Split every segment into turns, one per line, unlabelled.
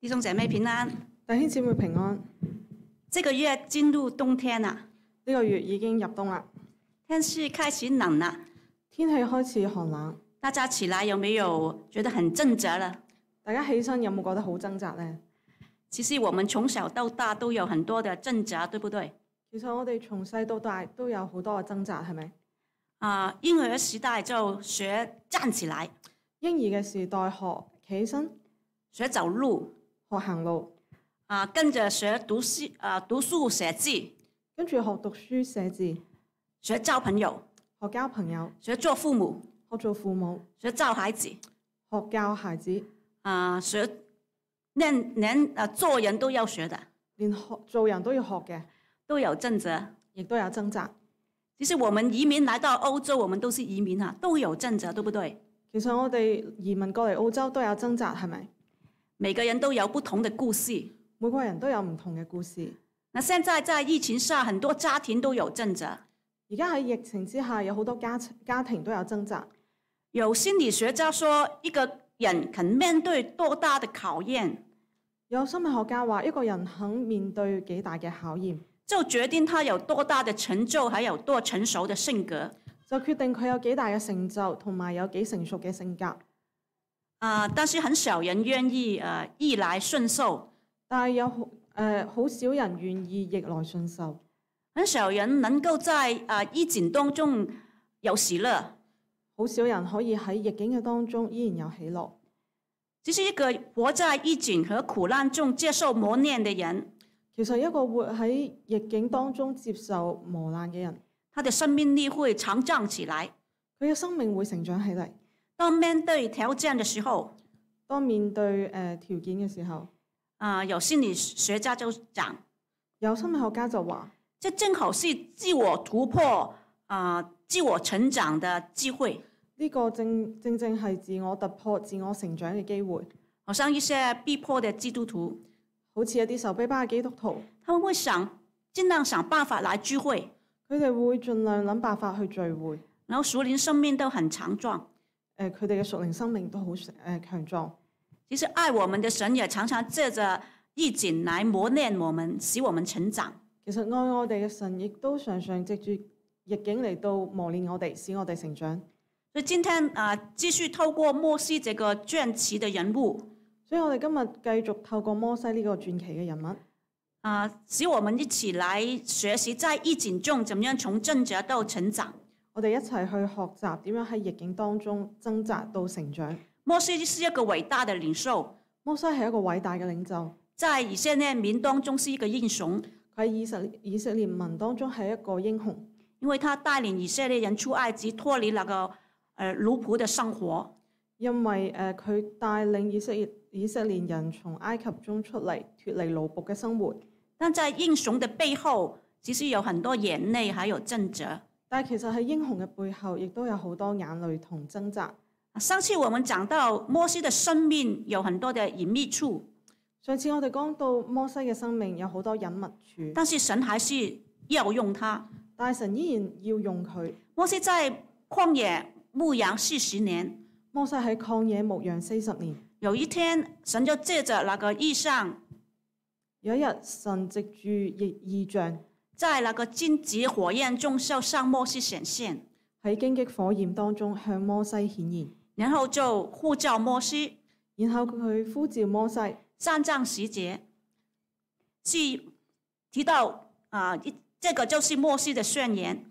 弟兄姐妹平安。
弟兄姊妹平安，呢、
这个月进入冬天啦，
個月已經入冬啦，
天气开始冷了，
天氣開始寒冷，
大家起来有没有觉得很挣扎了？
大家起身有冇覺得好掙扎呢？
其实我们从小到大都有很多的挣扎，对不对？
其實我哋從細到大都有好多嘅掙扎，係咪？
啊，婴儿时代就学站起来，
嬰兒嘅時代學企起身，
学走路，
學行路，
啊，跟着学读书，啊，读书写字，
跟住學讀書寫字，
学交朋友，
學交朋友，
学做父母，
學做父母，
学教孩子，
學教孩子，
啊，学连连啊做人都要学的，
連學做人都要學嘅，
都有挣扎。
亦都有掙扎。
其实我们移民来到欧洲，我们都是移民啊，都有挣扎，对不对？
其實我哋移民過嚟澳洲都有掙扎，係咪？
每个人都有不同的故事。
每個人都有唔同嘅故事。
那现在在疫情下，很多家庭都有挣扎。
而家喺疫情之下，有好多家家庭都有掙扎。
有心理学家说，一个人肯面对多大的考验，
有心理學家話：一個人肯面對幾大嘅考驗，
就决定他有多大的成就，还有多成熟的性格。
就決定佢有幾大嘅成就，同埋有幾成熟嘅性格。
啊、但是很少人愿意呃逆来顺受，
但係有好誒好少人願意逆來順受，
很少人能够在啊、呃、逆境当中有喜乐。
好少人可以喺逆境嘅當中依然有喜樂。
这是一个活在逆境和苦难中接受磨练的人，
其實一個活喺逆境當中接受磨難嘅人，
他的生命力会强壮起来。
佢嘅生命會成長起嚟。
当面对挑战的时候，
當面對誒、呃條件嘅時候，
啊、有心理学家就讲，
有心理學家就話：
这正好是自我突破啊、自我成长的机会。
呢、個正正正係自我突破、自我成長嘅機會。
好像一些逼迫的基督徒，
好似一啲受逼巴嘅基督徒，
他们会想尽量想办法来聚会，
佢哋會盡量諗辦法去聚會。
然后熟龄生命都很强壮。
誒佢哋嘅屬靈生命都好誒、呃、強壯。
其实爱我们的神也常常借着逆境来磨练我们，使我们成长。
其實愛我哋嘅神亦都常常藉住逆境嚟到磨練我哋，使我哋成長。
所以今天啊、继续透过摩西这个传奇的人物
所以我哋今日繼續透過摩西呢個傳奇嘅人物，
啊、使我们一起来学习在逆境中怎么样从挣扎到成长。
我哋一齊去學習點樣喺逆境當中掙扎到成長。
摩西是一个伟大的领袖，
摩西係一個偉大嘅領袖，
在以色列民当中是一个英雄，
佢喺以色以色列民當中係一個英雄，
因为他带领以色列人出埃及，脱离那个呃奴仆的生活。
因為誒佢、帶領以色列以色列人從埃及中出嚟，脱離奴仆嘅生活。
但在英雄的背后，其实有很多眼泪，还有啊挣扎。
但係其實喺英雄嘅背後，亦都有好多眼淚同掙扎。
上次我们讲到摩西的生命有很多的隐秘处，
上次我哋講到摩西嘅生命有好多隱密處，
但是神还是要用他。
但係神依然要用佢。
摩西在旷野牧羊四十年，
摩西喺曠野牧羊四十年，
有一天神就借着那个异象，
有一日神藉住異異象
在那个荆棘火焰中要向摩西显现，
喺荊棘火焰當中向摩西顯現，
然后就呼叫摩西。
然後佢呼召摩西
三章十节是提到啊、一这个就是摩西的宣言，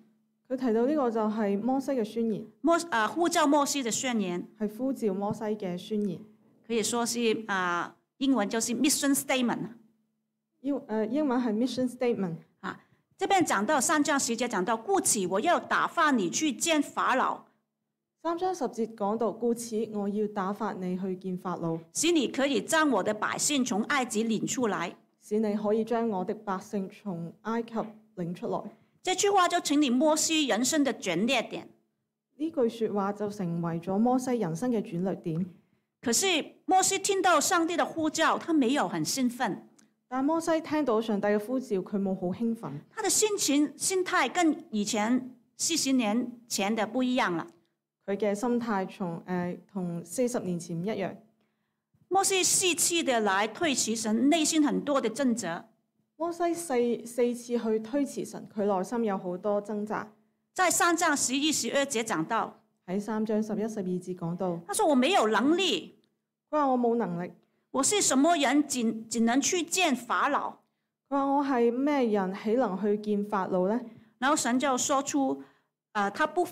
佢提到呢個就係摩西嘅宣言，
摩啊、呼叫摩西的宣言，
係呼召摩西嘅宣言。
可以说是啊、英文就是 mission statement。
英誒、呃英文係 mission statement。
这边讲到三章十节讲到，故此我要打发你去见法老，
三章十節講到，故此我要打發你去見法老，
使你可以将我的百姓从埃及领出来。
使你可以將我的百姓從埃及領出來。
这句话就成了摩西人生的转捩点。
呢句説話就成為咗摩西人生嘅轉捩點。
可是摩西听到上帝的呼叫，他没有很兴奋，
但摩西聽到上帝嘅呼召，佢冇好興奮，
他的心情、心态跟以前四十年前的不一样了。
呃佢嘅心態從誒同四十年前唔一樣。
摩西四次的来推辞神，内心很多的挣扎。
摩西四四次去推辭神，佢內心有好多掙扎。
在三章十一、十二节讲到，
喺三章十一、十二節講到，
他说：“我没有能力，
佢話我冇能力，
我是什么人，仅仅能去见法老。
佢話我係咩人，豈能去見法老呢？”
然后神就说出，啊、他不，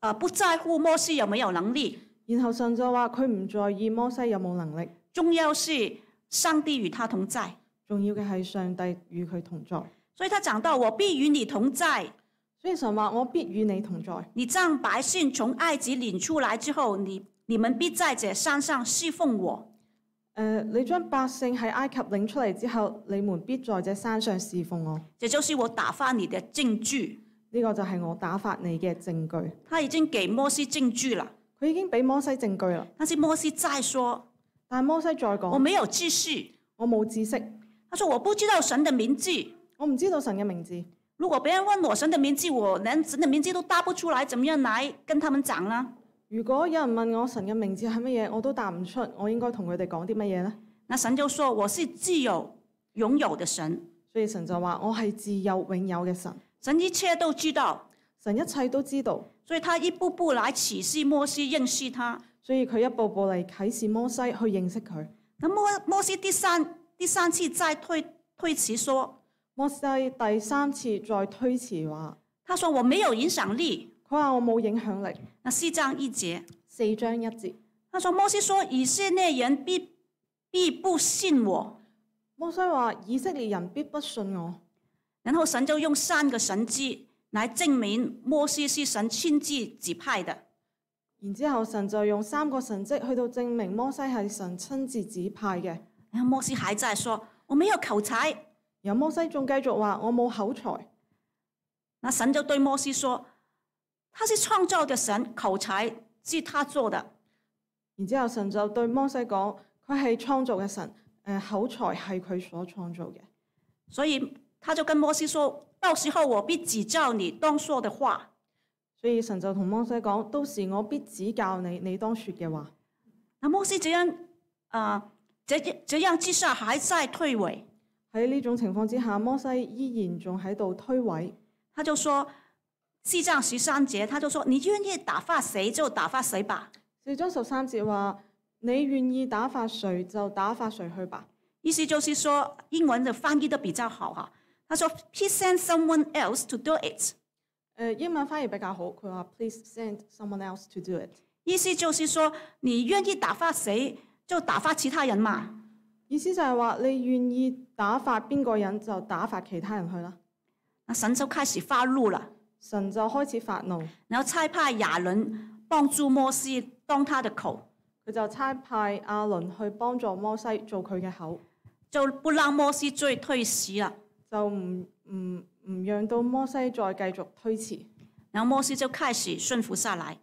啊、不在乎摩西有没有能力，
然後神就話佢唔在意摩西有冇能力，
重要是上帝与他同在。
重要嘅係上帝與佢同在。
所以他讲到：“我必与你同在。
所以神話我必與你同在。
你将百姓从埃及领出来之后，你你们必在这山上侍奉我。”
呃你將百姓喺埃及領出嚟之後，你們必在這山上侍奉我。
这就是我打发你的证据。
呢、個就係我打發你嘅證據。
他已经给摩西证据了，
佢已經俾摩西證據啦，
但是摩西再说
但係摩西再：“
我
講，
没有知识。
我冇知識，”
他说：“我不知道神的名字。
我唔知道神嘅名字。
如果别人问我神的名字，我连神的名字都答不出来，怎么样来跟他们讲呢？
如果有人問我神嘅名字係乜嘢，我都答唔出，我應該同佢哋講啲乜嘢呢？
那神就说：‘我是自有拥有的神，
所以神就話：我係自有永有嘅神，
神一切都知道。
神一切都知道。’
所以他一步步来启示摩西认识他。
所以佢一步步嚟啟示摩西去認識佢。
那摩摩西第三第三次再推推辞说
摩西第三次再推辭話：：‘
他说我没有影响力。
佢話我冇影響力。’
那四章一节。
四章一節，
他说：“摩西说，以色列人必必不信我。
摩西話：以色列人必不信我。”
然后神就用三个神迹来证明摩西是神亲自指派的。
然之後，神就用三個神跡去到證明摩西係神親自指派嘅。
然后摩西还在说：“我没有口才。
有摩西仲繼續話：我冇口才。”
那神就对摩西说：“他是创造的神，口才是他做的。
然之後，神就對摩西講：佢係創造嘅神，呃口才係佢所創造嘅。”
所以他就跟摩西说：“到时候我必指教你当说的话。
所以神就同摩西講：到時我必指教你，你當説嘅話。”
那摩西这样啊、呃这这样之下还在退诿。
喺呢種情況之下，摩西依然仲喺度推諉。
他就说四章十三节，他就说你愿意打发谁就打发谁吧。
四章十三節話：你願意打發誰就打發誰去吧。
意思就是说，英文的翻译的比较好哈。他说，He sent someone else to do it。
呃英文翻譯比較好，佢話：Please send someone else to do it。
意思就是说，你愿意打发谁就打发其他人嘛。
意思就係話你願意打發邊個人就打發其他人去啦。
那神就开始发怒了，
神就開始發怒，
然后差派亚伦帮助摩西当他的口，
佢就差派阿倫去幫助摩西做佢嘅口，
就不让摩西再推辞了。
就唔唔唔讓到摩西再繼續推遲。
然后摩西就开始顺服下来。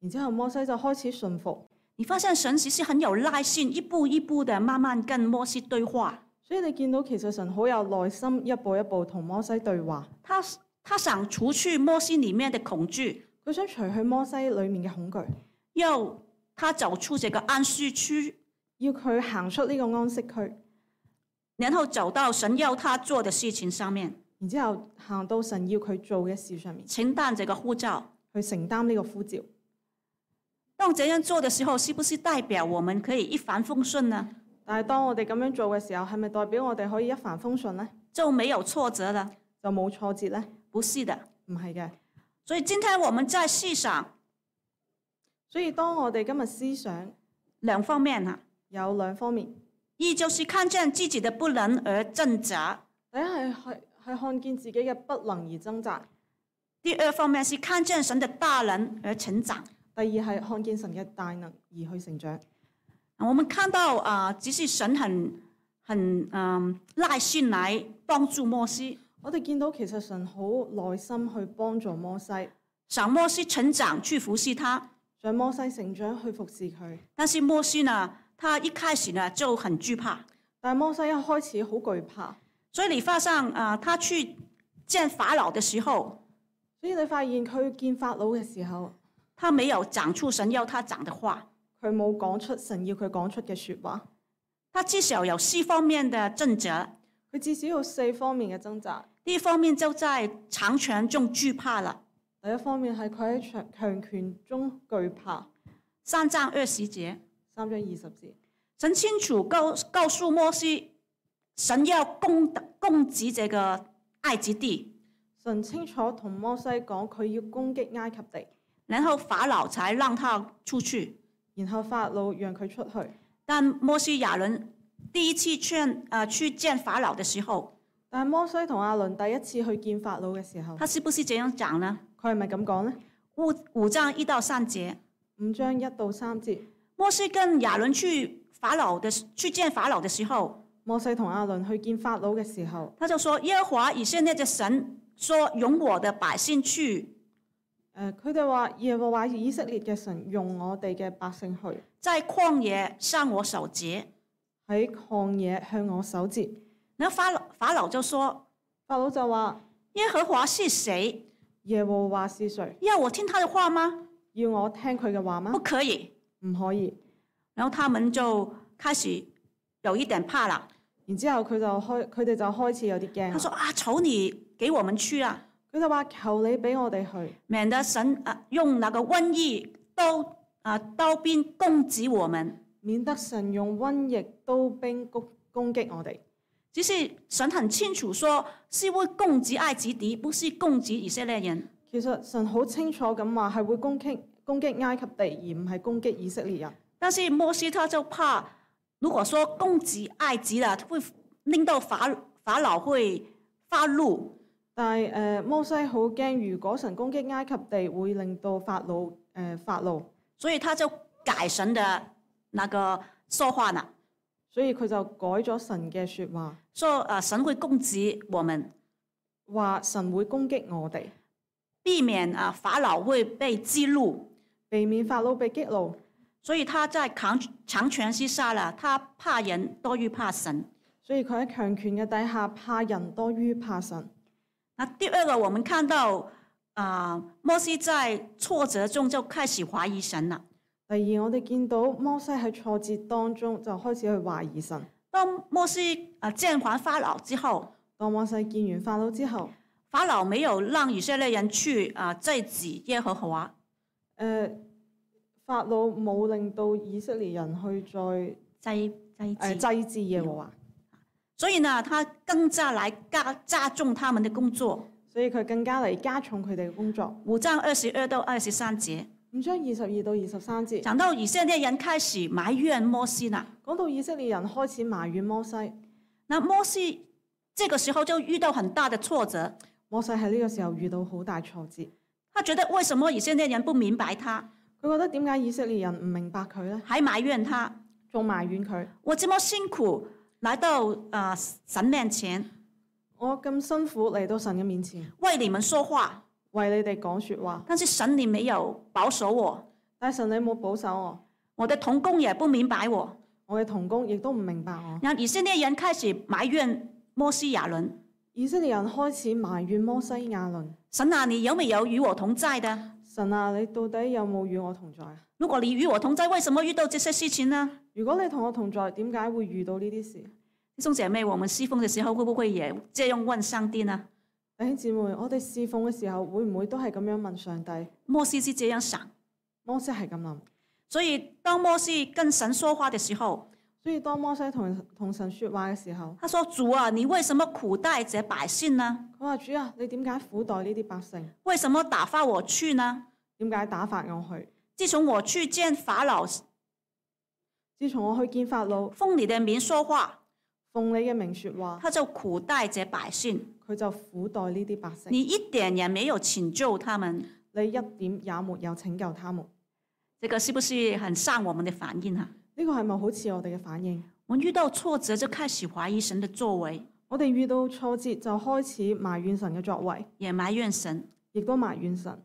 然之後摩西就開始順服，
你发现神其实很有耐心，一步一步的慢慢跟摩西对话。
所以你見到其實神好有耐心，一步一步同摩西對話。
他他想除去摩西里面的恐惧，
佢想除去摩西裡面嘅恐懼，
要他走出这个安息区，
要佢行出呢個安息區，
然后走到神要他做的事情上面，
然之後行到神要佢做嘅事上面，
承担这个呼召。
去承擔呢個呼召。
当这样做的时候，是不是代表我们可以一帆风顺呢？
但係當我哋咁樣做嘅時候，係咪代表我哋可以一帆風順呢？
就没有挫折了？
就冇挫折呢？
不是的。
唔係嘅。
所以今天我们在世上
所以當我哋今日思想
两方面啊，
有兩方面，
一就是看见自己的不能而挣扎，
第一係係係看見自己嘅不能而掙扎，
第二方面是看见神的大能而成长。
第二係看見神嘅大能而去成長。
我们看到啊、呃只是神很很嗯、耐心来帮助摩西，
我哋見到其實神好耐心去幫助摩西，
想摩西成长去服侍他。
想摩西成長去服侍佢。
但是摩西呢，他一开始呢就很惧怕，
但係摩西一開始好懼怕，
所以你发现啊、呃他去见法老的时候，
所以你發現佢見法老嘅時候，
他没有讲出神要他讲的话，
佢冇講出神要佢講出嘅説話，
他至少有四方面的挣扎。
佢至少有四方面嘅掙扎。
第一方面就在强权中惧怕了，
第一方面係佢喺強強權中懼怕。
三章二十节，
三章二十節，
神清楚告告诉摩西，神要攻攻击这个埃及地，
神清楚同摩西講，佢要攻擊埃及地，
然后法老才让他出去。
然後法老讓佢出去。
但摩西亚伦第一次劝啊、呃去见法老的时候，
但係摩西同阿倫第一次去見法老嘅時候，
他是不是这样讲呢？
佢係咪咁講呢？
五五章一到三节，
五章一到三節，
摩西跟亚伦去法老的去见法老的时候，
摩西同阿倫去見法老嘅時候，
他就说：耶和华以色列的神说，容我的百姓去，
誒呃佢哋話耶和華以色列嘅神用我哋嘅百姓去
在旷野向我守节。
喺曠野向我守節。
那法老法老就说：
法老就話：
耶和华是谁？
耶和華是誰？
要我听他的话吗？
要我聽佢嘅話嗎
不？可以。
唔可以。
然后他们就开始有一点怕了。
然之後佢就開，佢哋就開始有啲驚
他
啦。
说：啊，求你给我们去啊，
佢就話：求你俾我哋去，
免得神啊用那个瘟疫刀啊刀兵攻击我们。
免得神用瘟疫刀兵攻攻擊我哋。
只是神很清楚说，是会攻击埃及敌，不是攻击以色列人。
其實神好清楚咁話，係會攻擊攻擊埃及地，而唔係攻擊以色列人。
但是摩西他就怕，如果说攻击埃及了，会令到法法老会发怒，
但係誒、呃摩西好驚，如果神攻擊埃及地，會令到法老誒、呃、法老，
所以他就改神的那个说话呢，
所以佢就改咗神嘅説話，
说呃神会攻击我们，
話神會攻擊我哋，
避免啊法老会被激怒。
避免法老被激怒。
所以他在强强权之下了，他怕人多于怕神。
所以佢喺強權嘅底下，怕人多於怕神。
那第二个，我们看到啊、摩西在挫折中就开始怀疑神了。
第二，我哋見到摩西喺挫折當中就開始去懷疑神。
当摩西啊、见完法老之后，
當摩西見完法老之後，誒、
法老没有让以色列人去啊、祭祀耶和华，
法老呃冇令到以色列人去再誒、
祭祭祀，
呃祭祀耶和華，
所以呢，他更加来加加重他们的工作。
所以佢更加嚟加重佢哋嘅工作。
五章二十二到二十三节
五章二十二到二十三節
讲到以色列人开始埋怨摩西了。
講到以色列人開始埋怨摩西，
那摩西这个时候就遇到很大的挫折，
摩西喺呢個時候遇到好大挫折，
他觉得为什么以色列人不明白他？
佢覺得點解以色列人唔明白佢呢？
还埋怨他：
仲埋怨佢，
我这么辛苦来到啊、呃神面前
我咁辛苦嚟到神嘅面前，
为你们说话，
為你哋講説話，
但是神你没有保守我，
但係神你冇保守我，
我的童工也不明白我。
我嘅童工亦都唔明白我。
然后以色列人开始埋怨摩西亚伦：
以色列人開始埋怨摩西亞倫，
神啊，你有没有与我同在的？
神啊，你到底有冇與我同在啊？
如果你与我同在，为什么遇到这些事情呢？
如果你同我同在，點解會遇到呢啲事？
弟兄姐妹，我们侍奉的时候会不会也这样问上帝呢？
弟兄姊妹，我哋侍奉嘅時候會唔會都係咁樣問上帝？
摩西是这样想，
摩西係咁諗，
所以当摩西跟神说话的时候，
所以當摩西同同神説話嘅時候，
他说：“主啊，你为什么苦待这百姓呢？”
佢話：主啊，你點解苦待呢啲百姓？
为什么打发我去呢？
點解打發我去？
自从我去见法老，
自從我去見法老，
奉你的名说话，
奉你嘅名説話，
他就苦待这百姓，
佢就苦待呢啲百姓。
你一点也没有拯救他们。
你一點也沒有拯救他們。
这个是不是很像我们的反应啊？
呢個係咪好似我哋嘅反應？
我们遇到挫折就开始怀疑神的作为，
我哋遇到挫折就開始埋怨神嘅作為，
也埋怨神。
亦都埋怨神。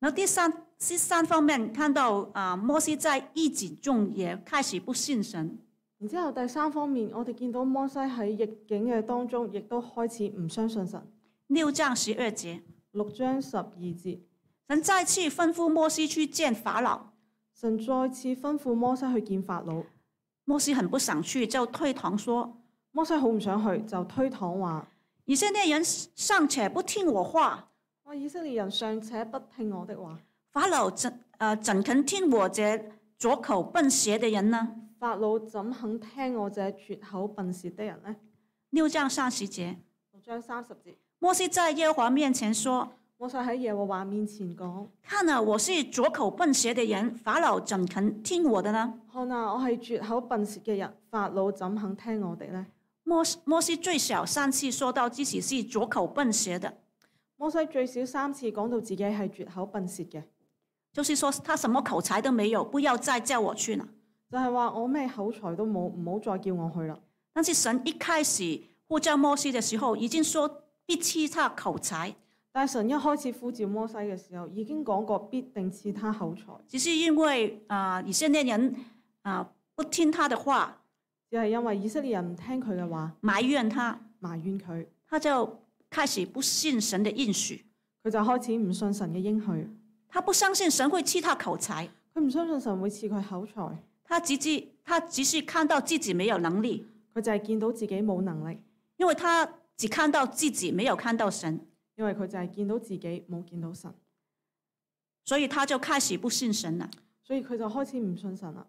然后第三第三方面，看到啊、摩西在疫情中也开始不信神。
然之後第三方面，我哋見到摩西喺逆境嘅當中，亦都開始唔相信神。
六章十二节，
六章十二節，
神再次吩咐摩西去见法老，
神再次吩咐摩西去見法老。
摩西很不想去，就推搪说
摩西好唔想去，就推搪話：：“
以色列人尚且不听我话，
我以色列人尚且不聽我的話，
法老怎呃怎肯听我这左口笨舌的人呢
法老怎肯聽我這絕口笨舌的人呢？？”
六章三十节，
六章三十節，
摩西在耶和華面前说
摩西喺耶和華面前講：：“
看啊，我是左口笨舌的人，法老怎肯听我的呢
看啊，我係絕口笨舌嘅人，法老怎肯聽我哋呢？？”
摩西摩西最少三次说到自己是左口笨舌的，
摩西最少三次講到自己係絕口笨舌嘅，
就是说他什么口才都没有，不要再叫我去了。
就係、話我咩口才都冇，唔好再叫我去啦。
但是神一开始呼召摩西的时候，已经说必赐他口才，
但係神一開始呼召摩西嘅時候，已經講過必定賜他口才，
只是因为啊、以色列人啊、不听他的话，
只係因為以色列人唔聽佢嘅話，
埋怨他，
埋怨佢，
他就开始不信神的应许，
佢就開始唔信神嘅應許，
他不相信神会赐他口才，
佢唔相信神會賜佢口才，
他只知他只是看到自己没有能力，
佢就係見到自己冇能力，
因为他只看到自己没有看到神，
因為佢就係見到自己冇見到神，
所以他就开始不信神了。
所以佢就開始唔信神啦。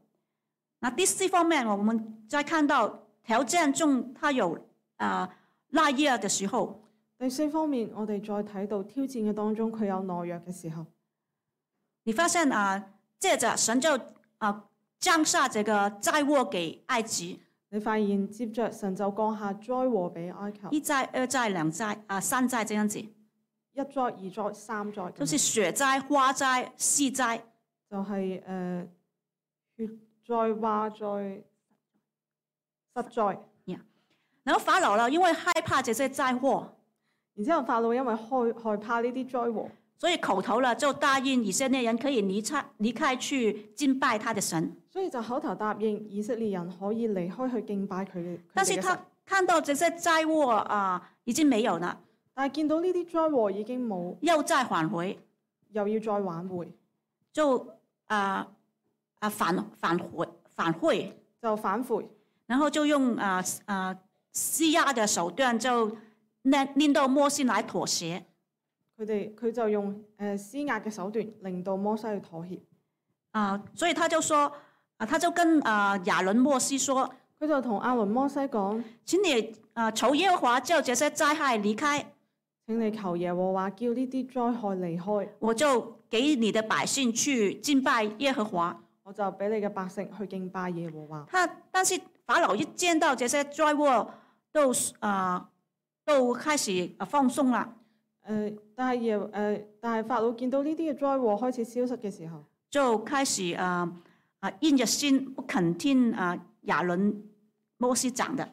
那第四方面，我们再看到条件中他有啊、拉耶的时候，
第四方面，我哋再睇到挑戰嘅當中，佢有懦弱嘅時候。
你发现啊，借着神就啊降下这个灾祸给埃及，
你發現接着神就降下災禍俾埃及，
一灾、二灾、两灾啊三灾这样子，
一災、二災、三災咁樣，
就是雪灾、花灾、细灾，
就係、呃血災、蛙災、失災。
然后法老呢，因为害怕这些灾祸，
然之後法老因為害害怕呢啲災禍，
所以口头呢就答应以色列人可以离开离开去敬拜他的神，
所以就口頭答應以色列人可以離開去敬拜佢嘅。佢哋
但是
嘅
他
神
看到这些灾祸啊已经没有了，
但係見到呢啲災禍已經冇，
又再返回，
又要再挽回，
就啊啊反反悔反悔。
就反悔，
然后就用啊啊施压的手段就令令到摩西来妥协。
佢哋佢就用誒、呃施壓嘅手段，令到摩西去妥協。
啊、所以他就说啊，他就跟啊亚伦摩西说，
佢就同阿倫摩西講：
请你啊求耶和华叫这些灾害离开，
請你求耶和華叫呢啲災害離開，
我就给你的百姓去敬拜耶和华。
我就俾你嘅百姓去敬拜耶和華。
他但是法老一见到这些灾祸，都啊、都开始啊放松了，
誒、但係耶誒、呃但係法老見到呢啲嘅災禍開始消失嘅時候，
就开始啊啊硬着心不肯听啊亚伦摩西讲的。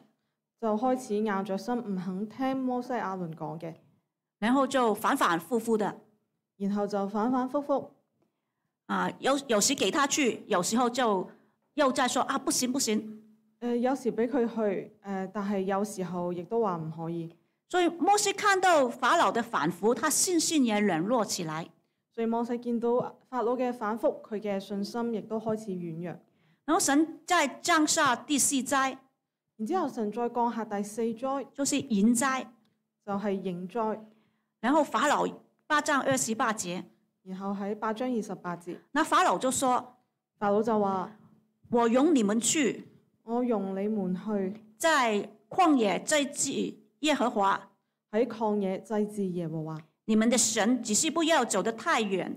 就開始硬着心唔肯聽摩西亞倫講嘅，
然后就反反复复的
然後就反反覆覆，
啊、有有时给他去，有时候就又再说啊，不行不行。
誒、呃有時俾佢去誒、呃但係有時候亦都話唔可以。
所以摩西看到法老的反复，他信心也软弱起来。
所以摩西見到法老嘅反覆，佢嘅信心亦都開始軟弱。
然后神在降下第四灾，
然之後神再降下第四災，
就是淫灾。
就係、刑災。
然后法老八章二十八节，
然後喺八章二十八節，
那法老就说
法老就話：：“
我容你们去，
我容你們去
在旷野祭祀耶和华
喺曠野祭祀耶和華，
你们的神，只是不要走得太远，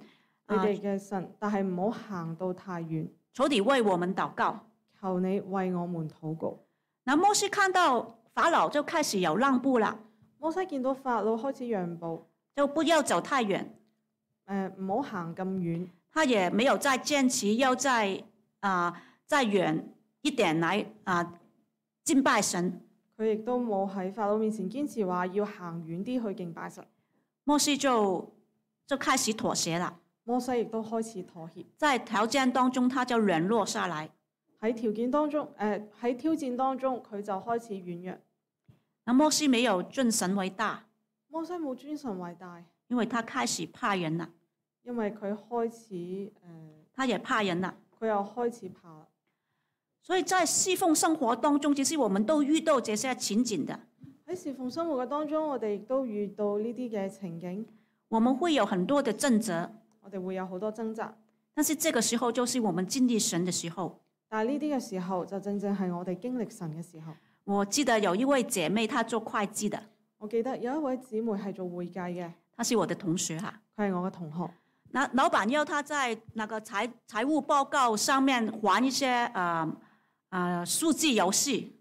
你
啊、
哋嘅神，但係唔好行到太遠。
求你为我们祷告。”
求你為我們禱告。
那摩西看到法老就开始有让步了，
摩西見到法老開始讓步，
就不要走太远。
誒唔好行咁遠，
他也没有再坚持要再啊、再远一点来啊、敬拜神。
佢亦都冇喺法老面前堅持話要行遠啲去敬拜神。
摩西就就开始妥协了，
摩西亦都開始妥協，
在条件当中他就软弱下来。
喺條件當中，誒、呃喺挑戰當中，佢就開始軟弱。
那摩西没有尊神为大，
摩西冇尊神為大，
因为他开始怕人了，
因為佢開始誒，呃
他也怕人了。
佢、又開始怕。
所以在侍奉生活当中，其实我们都遇到这些情景的，
喺侍奉生活嘅當中，我哋亦都遇到呢啲嘅情景，
我们会有很多的挣扎。
我哋會有好多掙扎。
但是这个时候就是我们经历神的时候。
但係呢啲嘅時候，就正正係我哋經歷神嘅時候。
我记得有一位姐妹，她做会计的，
我記得有一位姊妹係做會計嘅，
她是我的同学哈、
佢係我嘅同學。
那老板要他在那个财财务报告上面还一些呃呃数字游戏，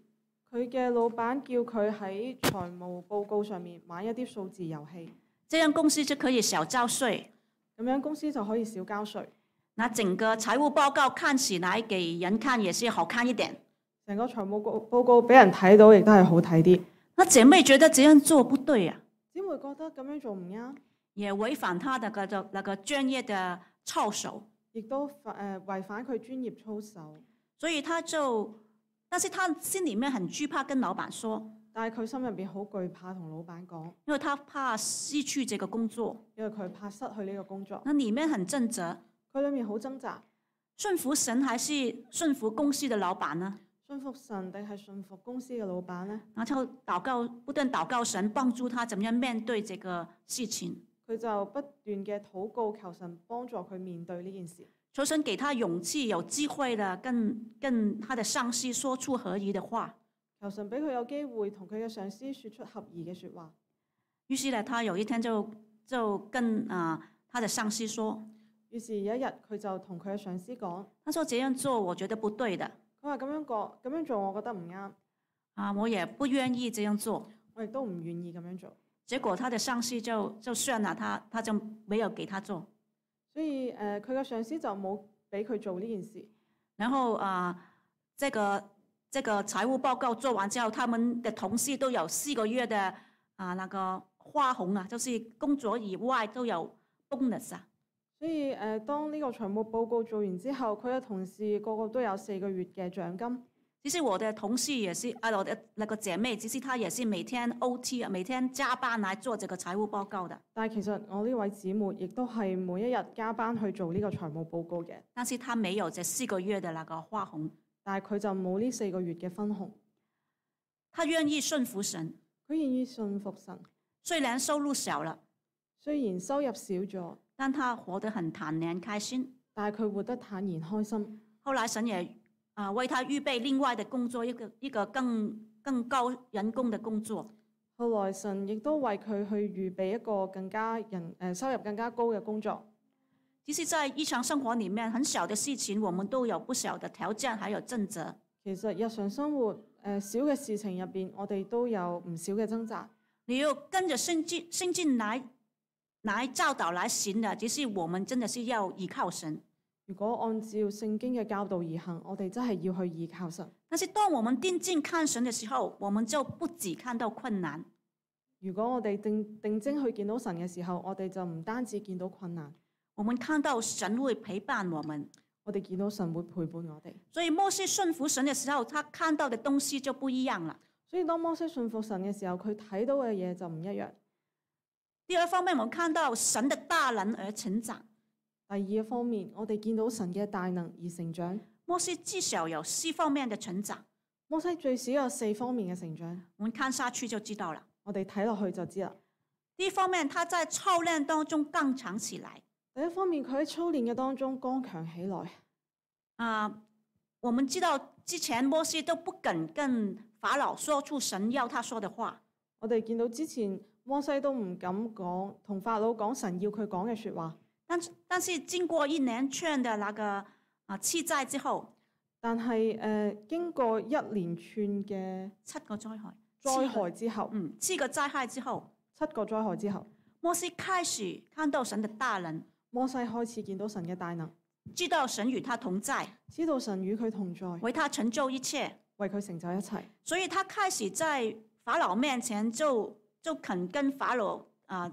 佢嘅老闆叫佢喺財務報告上面玩一啲數字遊戲，
这样公司就可以少交税。
咁樣公司就可以少交税，
那整个财务报告看起来给人看也是好看一点。
成個財務報報告俾人睇到，亦都係好睇啲。
那姐妹觉得这样做不对呀、
姊妹覺得咁樣做唔啱，
也违反她那个的那个专业的操守，
亦都反誒違反佢專業操守。
所以她就，但是她心里面很惧怕跟老板说，
但係佢心入邊好懼怕同老闆講，
因为她怕失去这个工作，
因為佢怕失去呢個工作。
那里面很挣扎，
佢裏面好掙扎，
顺服神还是顺服公司的老板呢？
信服神定係信服公司嘅老闆呢？
然后祷告，不断祷告神帮助他怎么样面对这个事情，
佢就不斷嘅禱告，求神幫助佢面對呢件事，
求神给他勇气，有机会的跟跟他的上司说出合宜的话。
求神俾佢有機會同佢嘅上司説出合宜嘅説話。
于是呢，他有一天就就跟啊、呃他的上司说
於是有一日，佢就同佢嘅上司講：，：“
他说这样做我觉得不对的
佢話咁樣講，咁樣做我覺得唔啱，
啊，我也不愿意这样做。
我亦都唔願意咁樣做。”
结果他的上司就就算了他，他就没有给他做。
所以誒，呃佢、嘅上司就冇俾佢做呢件事。
然后啊、这个这个财务报告做完之后，他们的同事都有四个月的啊、那个花红啊，就是工作以外都有 bonus 啊。
所以誒、呃，當呢個財務報告做完之後，佢嘅同事個個都有四個月嘅獎金。
其实我的同事也是，啊，我的那个姐妹，其实她也是每天 OT 啊，每天加班来做这个财务报告的，
但係其實我呢位姊妹亦都係每一日加班去做呢個財務報告嘅，
但是她没有这四个月的那个花红，
但係佢就冇呢四個月嘅分紅。
她愿意顺服神，
佢願意信服神，
虽然收入少了，
雖然收入少咗，
但她活得很坦然开心。
但係佢活得坦然開心。
后来神也啊、为他预备另外的工作，一个一个更更高人工的工作。
後來神亦都為佢去預備一個更加人誒、呃收入更加高嘅工作。
其实，在日常生活里面，很小的事情，我们都有不小的挑战，还有挣扎。
其實日常生活誒、呃小嘅事情入邊，我哋都有唔少嘅掙扎。
你要跟着圣经圣经来来教导来行的，只是我们真的是要依靠神。
如果按照聖經嘅教導而行，我哋真係要去倚靠神。
但是，当我们定睛看神的时候，我们就不只看到困难，
如果我哋定定睛去見到神嘅時候，我哋就唔單止見到困難，
我们看到神会陪伴我们。
我哋見到神會陪伴我哋。
所以，摩西顺服神的时候，他看到的东西就不一样了。
所以當摩西信服神嘅時候，佢睇到嘅嘢就唔一樣。
第二方面，我们看到神的大能而成长。
第二方面，我哋見到神嘅大能而成長。
摩西至少有四方面的成长，
摩西最少有四方面嘅成長，
我们看下去就知道了。
我哋睇落去就知啦。
第一方面，他在操练当中刚强起来。
第一方面，佢喺操練嘅當中剛強起來。
啊、我们知道之前摩西都不敢跟法老说出神要他说的话，
我哋見到之前摩西都唔敢講，同法老講神要佢講嘅説話。
但是但是经过一连串的那个啊七灾之后，
但係誒、呃，經過一連串嘅
七个灾害，
災
七个
害之後，
嗯，七个灾害之后，
七個災害之後，
摩西开始看到神的大能，
摩西開始見到神嘅大能，
知道神与他同在，
知道神與佢同在，
为他成就一切。
為佢成就一切。
所以他开始在法老面前就就肯跟法老啊、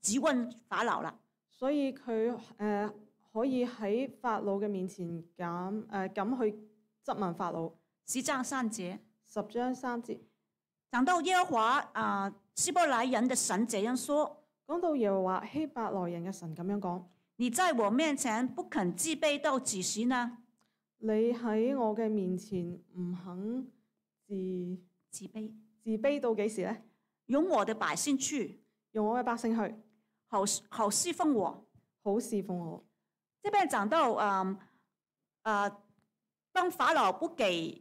质问法老了。
所以佢誒、呃可以喺法老嘅面前敢誒敢去質問法老。
十章三节
十章三節
讲到耶和华啊、希伯来人的神这样说
講到耶和華希伯來人嘅神咁樣講：：“
你在我面前不肯自卑到几时呢？
你喺我嘅面前唔肯自
自卑。
自卑到幾時呢？
勇我的百姓去，
用我嘅百姓去，
好好侍奉我。
好侍奉我。
这边讲到，嗯，呃，当法老不给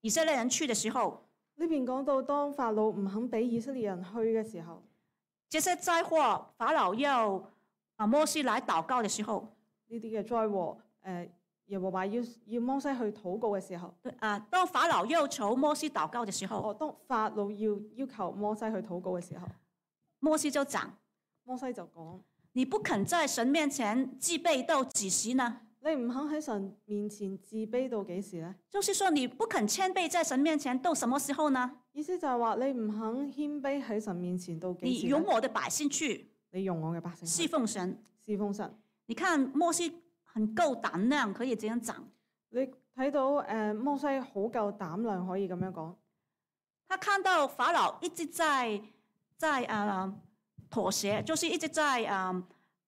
以色列人去的时候，
呢邊講到當法老唔肯俾以色列人去嘅時候，
这些灾祸，法老要啊摩西来祷告的时候，
呢啲嘅災禍，誒、耶和華要要摩西去禱告嘅時候，
对啊，当法老要求摩西祷告的时候，
哦，當法老要要求摩西去禱告嘅時候，
摩西就讲：
摩西就講：
你不肯在神面前自卑到几时呢？
你唔肯喺神面前自卑到幾時呢？
就是说，你不肯谦卑在神面前到什么时候呢？
意思就係話你唔肯謙卑喺神面前到幾
你
時
容
呢？
我的百姓去
你用我嘅百姓
侍
去
奉神。
侍奉神。
你看摩西很够胆量，可以这样讲。
你睇到誒、呃摩西好夠膽量可以咁樣講，
他看到法老一直在在啊妥协，就是一直在啊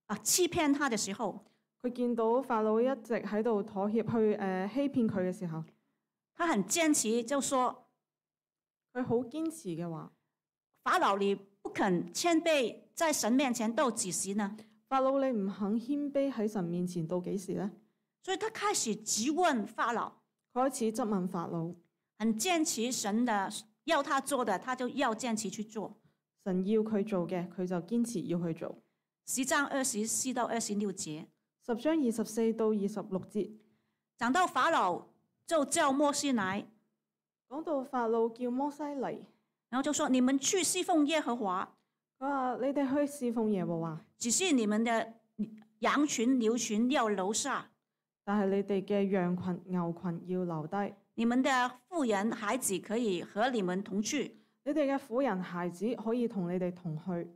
啊欺骗他的时候，
佢見到法老一直喺度妥協去誒、呃欺騙佢嘅時候，
他很坚持，就说
佢好堅持嘅話：
法老你不肯谦卑在神面前到几时呢？
法老你唔肯謙卑喺神面前到幾時呢？
所以他開始质問法老，
佢開始質問法老，
很坚持神的要他做的，他就要坚持去做。
神要佢做嘅，佢就堅持要去做。
十章二十四到二十六节，
十章二十四到二十六節
讲到法老就叫摩西来，
講到法老叫摩西嚟，
然后就说：你们去侍奉耶和华，
佢話：你哋去侍奉耶和華，
只是你们的羊群、牛群要留下，
但係你哋嘅羊群、牛群要留低，
你们的妇人、孩子可以和你们同去。
你哋嘅婦人、孩子可以同你哋同去。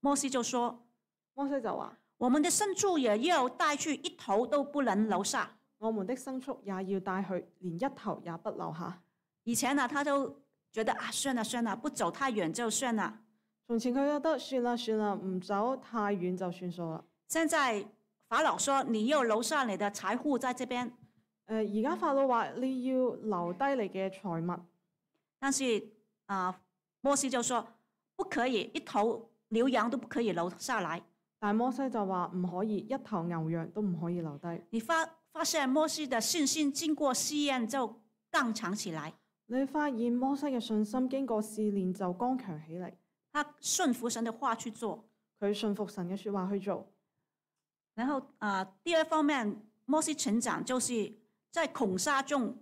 摩西就说
摩西就話：：“
我们的牲畜也要带去，一头都不能留下。
我們的牲畜也要帶去，連一頭也不留下。”
以前呢，他都觉得啊，算了算了，不走太远就算了。
從前佢覺得算啦算啦，唔走太遠就算數啦。
现在法老说：“你要留下你的财富在这边。
誒呃而家法老話你要留低你嘅財物，”
但是啊、摩西就说：“不可以，一头牛羊都不可以留下来。”
但摩西就話唔可以，一頭牛羊都唔可以留低。
你发发现摩西的信心经过试验就刚强起来，
你發現摩西嘅信心經過試煉就剛強起嚟，
他顺服神的话去做。
佢信服神嘅説話去做。
然后啊、呃第二方面，摩西成长就是在恐吓中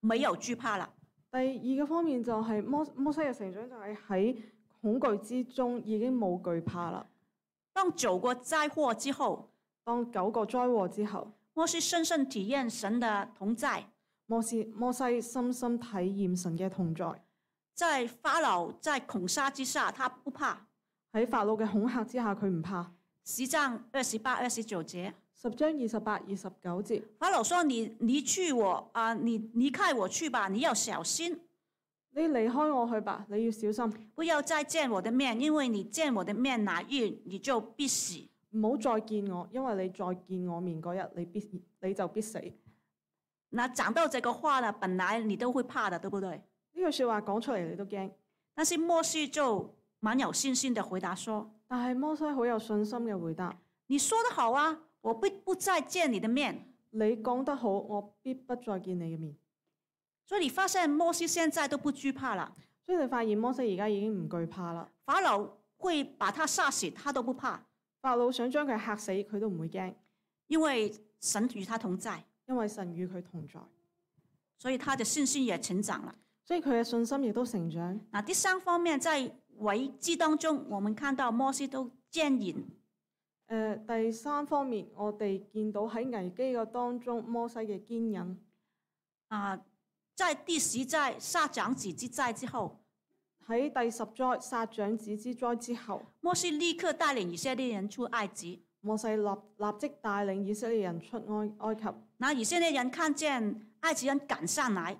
没有惧怕了。
第二個方面就係摩摩西嘅成長就係喺恐懼之中已經冇懼怕啦。
当走过灾祸之后，
當九個災禍之後，
摩西深深体验神的同在，
摩西摩西深深體驗神嘅同在。
在法老在恐吓之下，他不怕。
喺法老嘅恐嚇之下，佢唔怕。
十章二十八、二十九节，
十章二十八、二十九節，
法老说：“你离去我啊、你离开我去吧，你要小心。”
你離開我去吧，你要小心，
不要再见我的面，因为你见我的面哪日你就必死。
唔好再見我，因為你再見我面嗰日，你必你就必死。呢
那讲到这个话呢，本来你都会怕的，对不对？
句説話講出嚟你都驚，
但是摩西就蛮有信心的回答说
但係摩西好有信心嘅回答：：“
你说的好啊，我必不再见你的面。
你講得好，我必不再見你嘅面。”
所以你发现摩西现在都不惧怕了，
所以你發現摩西而家已經唔懼怕啦。
法老会把他杀死，他都不怕，
法老想將佢嚇死，佢都唔會驚，
因为神与他同在，
因為神與佢同在。
所以他的信心也成长了。
所以佢嘅信心亦都成長。
那第三方面，在危机当中，我们看到摩西都坚忍
誒、第三方面，我哋見到喺危機嘅當中，摩西嘅堅忍
啊，在第十寨杀长子之灾之后，
喺第十災殺長子之災之後，
摩西立刻带领以色列人出埃及。
摩西立立即帶領以色列人出埃埃及。誒、
那以色列人看见埃及人赶上来，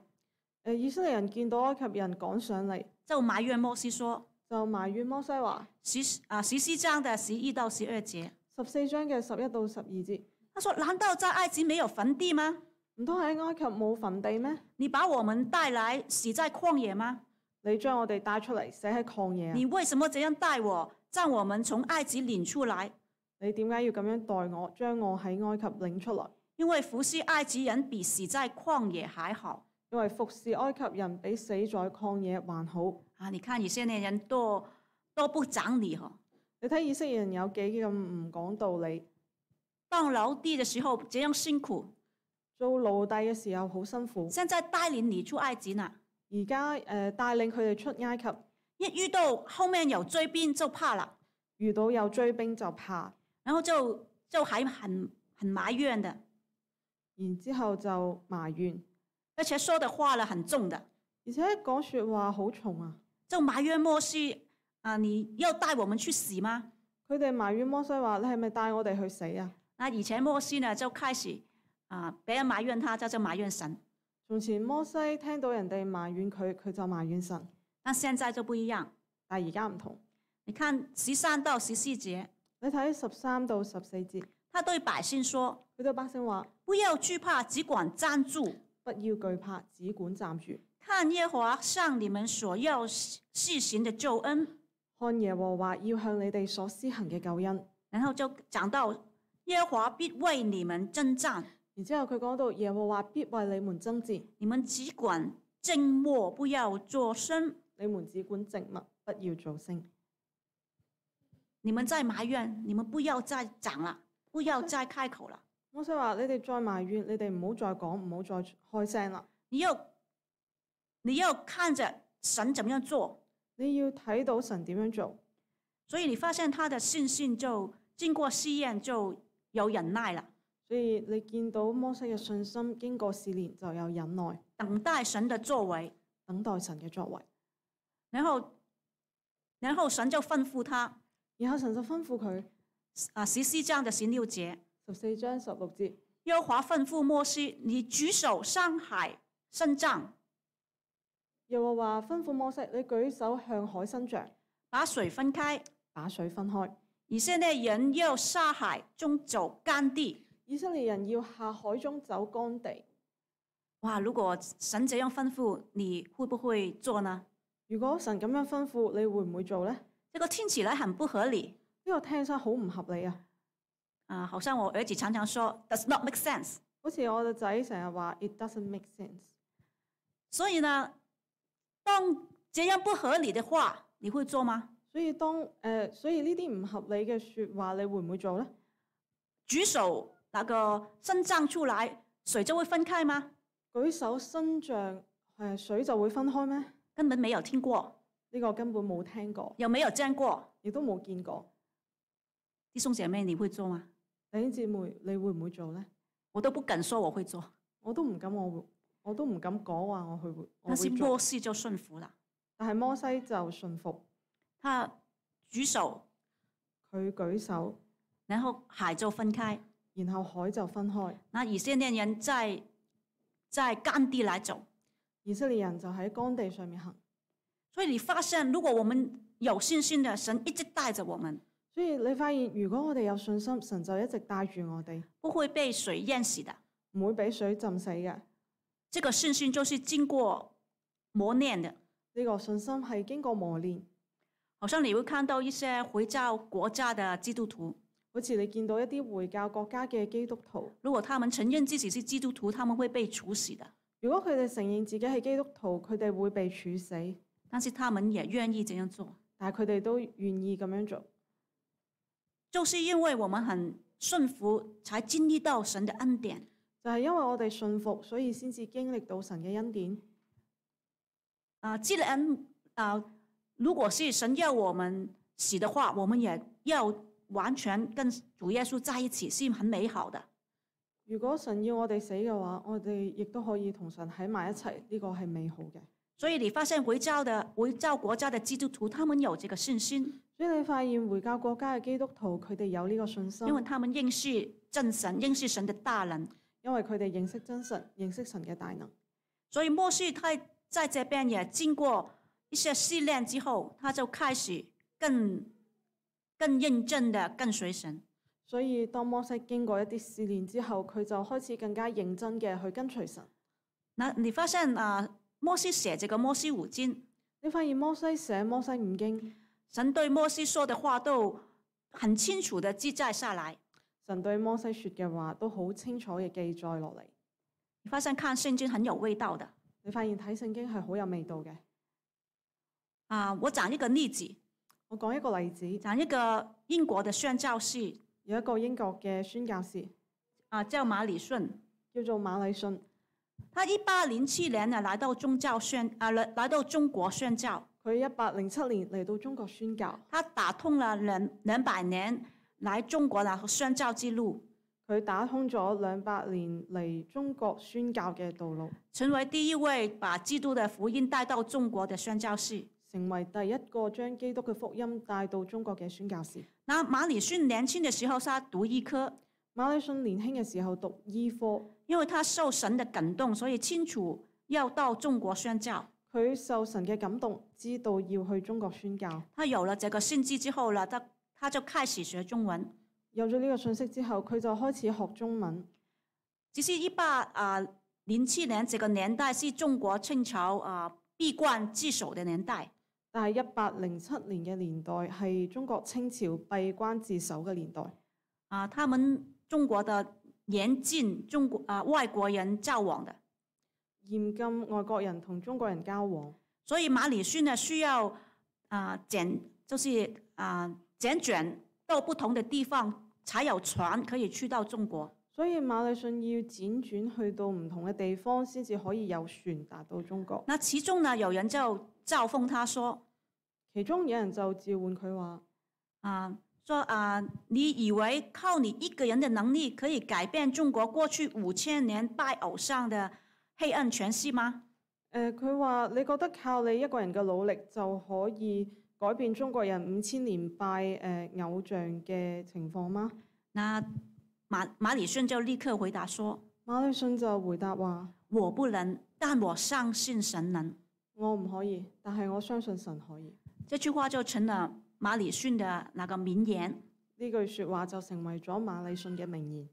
呃以色列人見到埃及人趕上嚟，
就埋怨摩西说：
就埋怨摩西話：
十啊十四章的十一到十二节，
十四章嘅十一到十二節，
他说：难道在埃及没有坟地吗？
唔通喺埃及冇墳地咩？
你把我们带来死在旷野吗？
你將我哋帶出嚟，寫喺曠野啊！
你为什么这样待我，将我们从埃及领出来？
你點解要咁樣待我，將我喺埃及領出來？
因为服侍埃及人比死在旷野还好
因為服侍埃及人比死在曠野還好。
啊！你看以色列人多多不讲理哈。
你睇以色列人有幾咁唔講道理，
当劳地的时候这样辛苦，
做奴隸嘅時候好辛苦，
现在带领你出埃及呢，
而家誒帶領佢哋出埃及，
一遇到后面有追兵就怕了，
遇到有追兵就怕，
然后就就还很很埋怨的，
然之後就埋怨，
而且说的话呢很重的，
而且講説話好重啊！
就埋怨摩西啊，你要带我们去死吗？
佢哋埋怨摩西話：你係咪帶我哋去死啊？
那而且摩西呢就开始啊，别人埋怨他，他就埋怨神，
從前摩西聽到人哋埋怨佢，佢就埋怨神，
但现在就不一样。
但而家唔同。
你看十三到十四节，
你睇十三到十四節，
他对百姓说
佢對百姓話：：“
不要惧怕，只管站住，
不要懼怕，只管站住，
看耶和华向你们所要施行的救恩。
看耶和華要向你哋所施行嘅救恩。”
然后就讲到耶和华必为你们征战，
然之後佢講到耶和華必為你們爭戰，
你们只管静默，不要作声。
你們只管靜默，不要做聲。
你们再埋怨，你们不要再讲了，不要再开口了。
摩西話：你哋再埋怨，你哋唔好再講，唔好再開聲啦。
你要你要看着神怎么样做。
你要睇到神點樣做，
所以你发现他的信心就经过试验，就有忍耐了。
所以你見到摩西嘅信心經過試煉就有忍耐，
等待神的作为，
等待神嘅作為。
然后，然后神就吩咐他
然後神就吩咐佢
啊，十四章的十六节，
十四章十六節，
耶和华吩咐摩西，你举手上海伸杖，
耶和華吩咐摩西：你舉手向海伸杖，
把水分开，
把水分開。
以色列人要下海中走干地。
以色列人要下海中走乾地。
哇！如果神这样吩咐，你会不会做呢？
如果神咁樣吩咐，你會唔會做呢？呢、
这个听起来很不合理
個聽起身好唔合理啊！
啊，好像我儿子常常说 does not make sense。
好似我個仔成日話，it doesn't make sense。
所以呢，当这样不合理的话，你会做吗？
所以當誒、呃所以呢啲唔合理嘅説話，你會唔會做呢？
举手那个伸张出来，水就会分开吗？
舉手伸杖，誒、水就會分開咩？呢、
根本没有听过，
個根本冇聽過，
有没有见过？
亦都冇見過。
弟兄姐妹，你會做嗎？
弟兄姊妹，你會唔會做呢？
我都不敢说我会做，
我都唔敢我會，我都唔敢講話我去會，我
但是
會做。
摩西就顺服了，
但係摩西就信服，
他举手，
佢舉手，
然後海就分開。
然後海就分開。
那以色列人在在干地来走，
以色列人就喺乾地上面行。
所以你發現，如果我們有信心的，神一直帶着我們，
所以你發現，如果我哋有信心，神就一直帶住我哋，
不會被水淹死的。
唔會俾水浸死嘅。
这个信心就是经过磨练的。
呢個信心係經過磨練，
好像你会看到一些回教国家的基督徒，
好似你見到一啲回教國家嘅基督徒，
如果他们承认自己是基督徒，他们会被处死的。
如果佢哋承認自己係基督徒，佢哋會被處死，
但是他们也愿意这样做，
但係佢哋都願意咁樣做，
就是因为我们很顺服，才经历到神的恩典。
就係因為我哋信服，所以先至經歷到神嘅恩典。
啊、既然啊、如果是神要我们死的话，我们也要完全跟主耶稣在一起，是很美好的。
如果神要我哋死嘅話，我哋亦都可以同神喺埋一齊，呢個係美好嘅。
所以你发现回教的回教国家的基督徒，他们有这个信心。
所以你發現回教國家嘅基督徒，佢哋有呢個信心，
因為他們認識真神，認識神的大能，
因為佢哋認識真神，認識神嘅大能。
所以摩西他在這邊也經過一些試煉之後，他就開始更更認真的跟隨神。
所以當摩西經過一啲試煉之後，佢就開始更加認真嘅去跟隨神。
那你发现啊，摩西写这个《摩西五经》，
你發現摩西寫摩西五經，
神对摩西说的话都很清楚的记载下来。
神對摩西說嘅話都好清楚嘅記載落嚟。
你发现看圣经很有味道的
你發現睇聖經係好有味道嘅。
啊！我讲一个例子，
我講一個例子，
讲一个英国的宣教士
有一個英國嘅宣教士
啊，叫马里顺。
叫做馬禮信，
他一八零七年呢来到宗教宣啊来来到中国宣教，
佢一八零七年嚟到中國宣教，
他打通了两两百年来中国的宣教之路，
佢打通咗兩百年嚟中國宣教嘅道路，
成为第一位把基督的福音带到中国的宣教士。
成為第一個將基督嘅福音帶到中國嘅宣教士。
那马里逊年轻的时候，他读医科，
馬禮信年輕嘅時候讀醫科，
因为他受神的感动，所以清楚要到中国宣教。
佢受神嘅感動，知道要去中國宣教。
他有了这个信知之后呢，他他就开始学中文。
有咗呢個信息之後，佢就開始學中文。
只是一八啊零七年这个年代是中国清朝啊闭关自守的年代，
但係一八零七年嘅年代係中國清朝閉關自守嘅年代，
啊，他们中国的严禁中国啊外国人交往的，
嚴禁外國人同中國人交往，
所以马里逊呢需要啊简就是啊简卷到不同的地方，才有船可以去到中国。
所以馬禮信要輾轉去到唔同嘅地方，先至可以有船達到中國。
那其中呢，有人就嘲讽他说
其中有人就召喚佢話：
啊说啊，你以为靠你一个人的能力可以改变中国过去五千年拜偶像的黑暗权势吗？
誒呃佢話你覺得靠你一個人嘅努力就可以改變中國人五千年拜誒、呃偶像嘅情況嗎？
那马马里逊就立刻回答说。
馬禮信就回答話：
我不能，但我相信神能。
我唔可以，但係我相信神可以。
这句话就成了马里逊的那个名言。
呢句説話就成為咗馬禮信嘅名言。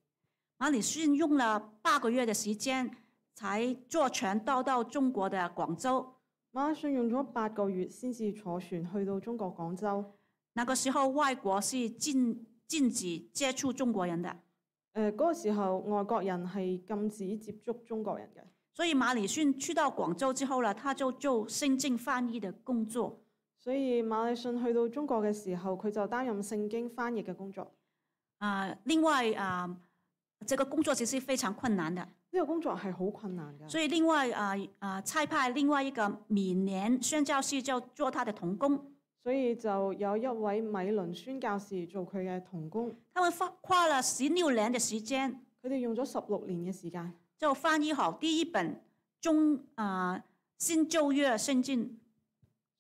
马里逊用了八个月的时间，才坐船到到中国的广州。
馬禮信用咗八個月先至坐船去到中國廣州。誒、
那个时候，外国是禁禁止接触中国人的，
呃嗰個時候，外國人係禁止接觸中國人嘅，
所以马里逊去到广州之后呢，他就做圣经翻译的工作。
所以馬禮信去到中國嘅時候，佢就擔任聖經翻譯嘅工作。
啊、另外啊、这个工作其实非常困难的，
呢、個工作係好困難㗎。
所以另外啊啊、差派另外一个闽南宣教士就做他的童工。
所以就有一位米倫宣教士做佢嘅童工，
他们花花了十六年的时间，
佢哋用咗十六年嘅時間
就翻译好第一本中啊、新旧约圣经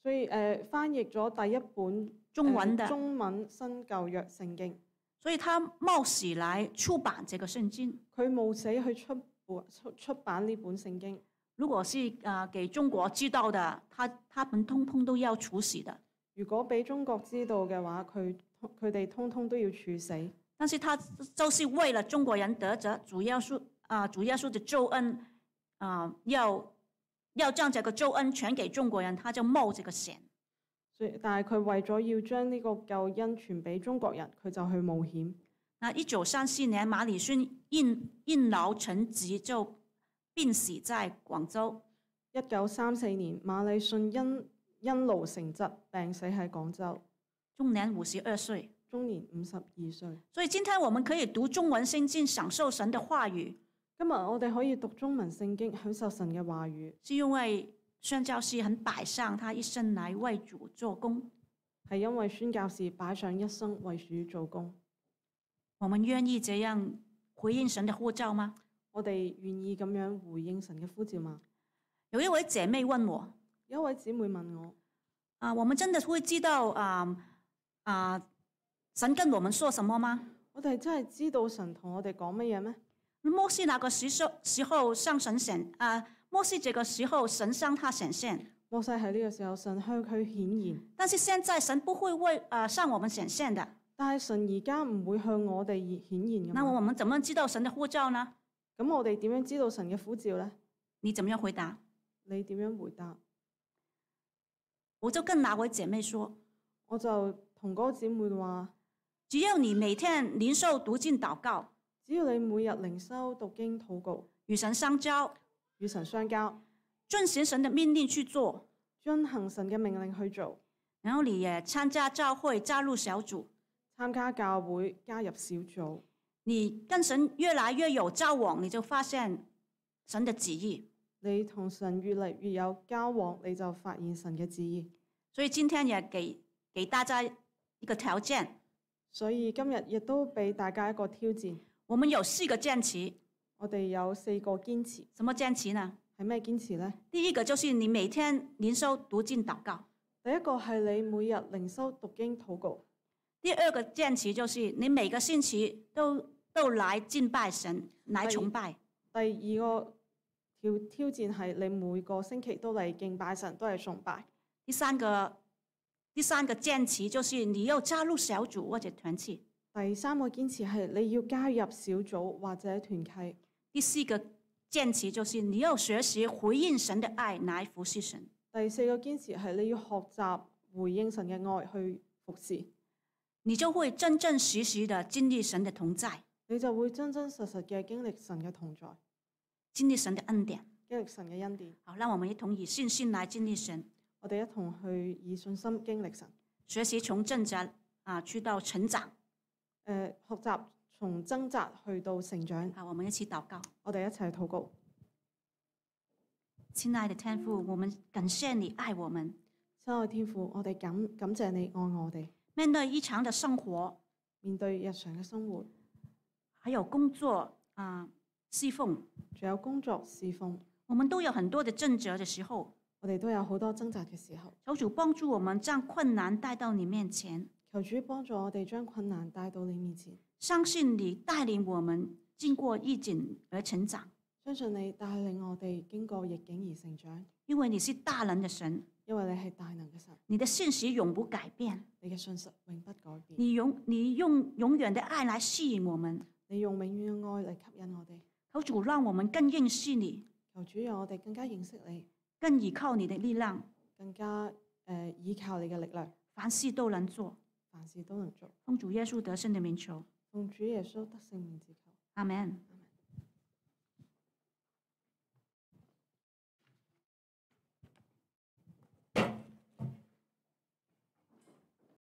所以誒、呃翻譯咗第一本
中文
呃
的，
中文新舊約聖經，
所以他冒死来出版这个圣经。
佢冒死去出本出出版呢本聖經。
如果是啊、给中国知道的，他他们通通都要处死的。
如果俾中國知道嘅話，佢佢哋通通都要處死。
但是他就是为了中国人得着主耶稣啊、主耶稣的救恩啊、要要将这个救恩全给中国人，他就冒这个险。
所以但係佢為咗要將呢個救恩傳俾中國人，佢就去冒險。
那一九三四年，马里逊因因劳成疾就病死在广州。
一九三四年，馬禮信因因勞成疾病死喺廣州，
终年五十二岁。
終年五十二歲。
所以今天我们可以读中文圣经，享受神的话语，
今日我哋可以讀中文聖經，享受神嘅話語，
是因为宣教师很摆上他一生来为主做工。
係因為宣教士擺上一生為主做工。
我们愿意这样回应神的呼召吗？
我哋願意咁樣回應神嘅呼召嘛？
有一位姐妹问我：
有一位姊妹問我：
啊，我们真的会知道啊啊，神跟我们说什么吗？
我哋真係知道神同我哋講乜嘢咩？
摩西那个时候时候向神显啊，摩西这个时候神向他显现，
摩西喺呢個時候，神向佢顯現，
但是现在神不会为啊、向我们显现的，
但係神而家唔會向我哋而顯現㗎
那我
嘛。
们怎么知道神的呼召呢？
咁我哋點樣知道神嘅呼召呢？
你怎么样回答？
你點樣回答？
我就跟哪位姐妹说，
我就同嗰個姊妹話：
只要你每天灵受读经祷告，
只要你每日靈修、讀經、禱告、
与神相交，
與神相交，
遵循神的命令去做，
遵行神嘅命令去做，
然后你也参加教会，加入小组，
參加教會、加入小組，
你跟神越来越有交往，你就发现神的旨意。
你同神越嚟越有交往，你就發現神嘅旨意。
所以今天也给给大家一个条件，
所以今日亦都俾大家一個挑戰，
我们有四个坚持，
我哋有四個堅持，
什么坚持呢？
係咩堅持呢？
第一个就是你每天灵修读经祷告。
第一個係你每日靈修讀經禱告，
第二个坚持就是你每个星期都都来敬拜神，来
哎
崇拜。
第二個挑挑戰係你每個星期都嚟敬拜神，都係崇拜。
第三个第三个坚持就是你要加入小组或者团契。
第三個堅持係你要加入小組或者團契。
第四个坚持就是你要学习回应神的爱来服侍神。
第四個堅持係你要學習回應神嘅愛去服侍，
你就会真真实实的经历神的同在，
你就會真真實實嘅經歷神嘅同在，
经历神的恩典。
經歷神嘅恩典。
好，让我们一同以信心来经历神，
我哋一同去以信心經歷神。
学习从挣扎啊去到成长。
誒、學習從掙扎去到成長，
好，我们一起祷告。
我哋一齊禱告。
亲爱的天父，我们感谢你爱我们。
親愛天父，我哋感感謝你愛我哋。
面对日常的生活，
面對日常嘅生活，
还有工作啊、侍奉，
仲有工作侍奉，
我们都有很多的挣扎的时候，
我哋都有好多掙扎嘅時候。
求主帮助我们将困难带到你面前，
求主幫助我哋將困難帶到你面前，
相信你带领我们经过逆境而成长，
相信你帶領我哋經過逆境而成長，
因为你是大能的神，
因為你係大能嘅神，
你的信息永不改变，
你嘅信實永不改變，
你永你用永远的爱来吸引我们。
你用永遠嘅愛嚟吸引我哋。
求主让我们更认识你，
求主讓我哋更加認識你，
更依靠你的力量，
更加誒、呃依靠你嘅力量，
凡事都能做。
凡事都能做。
奉主耶稣得胜的名求，
奉主耶穌得勝名字求，
阿门。
阿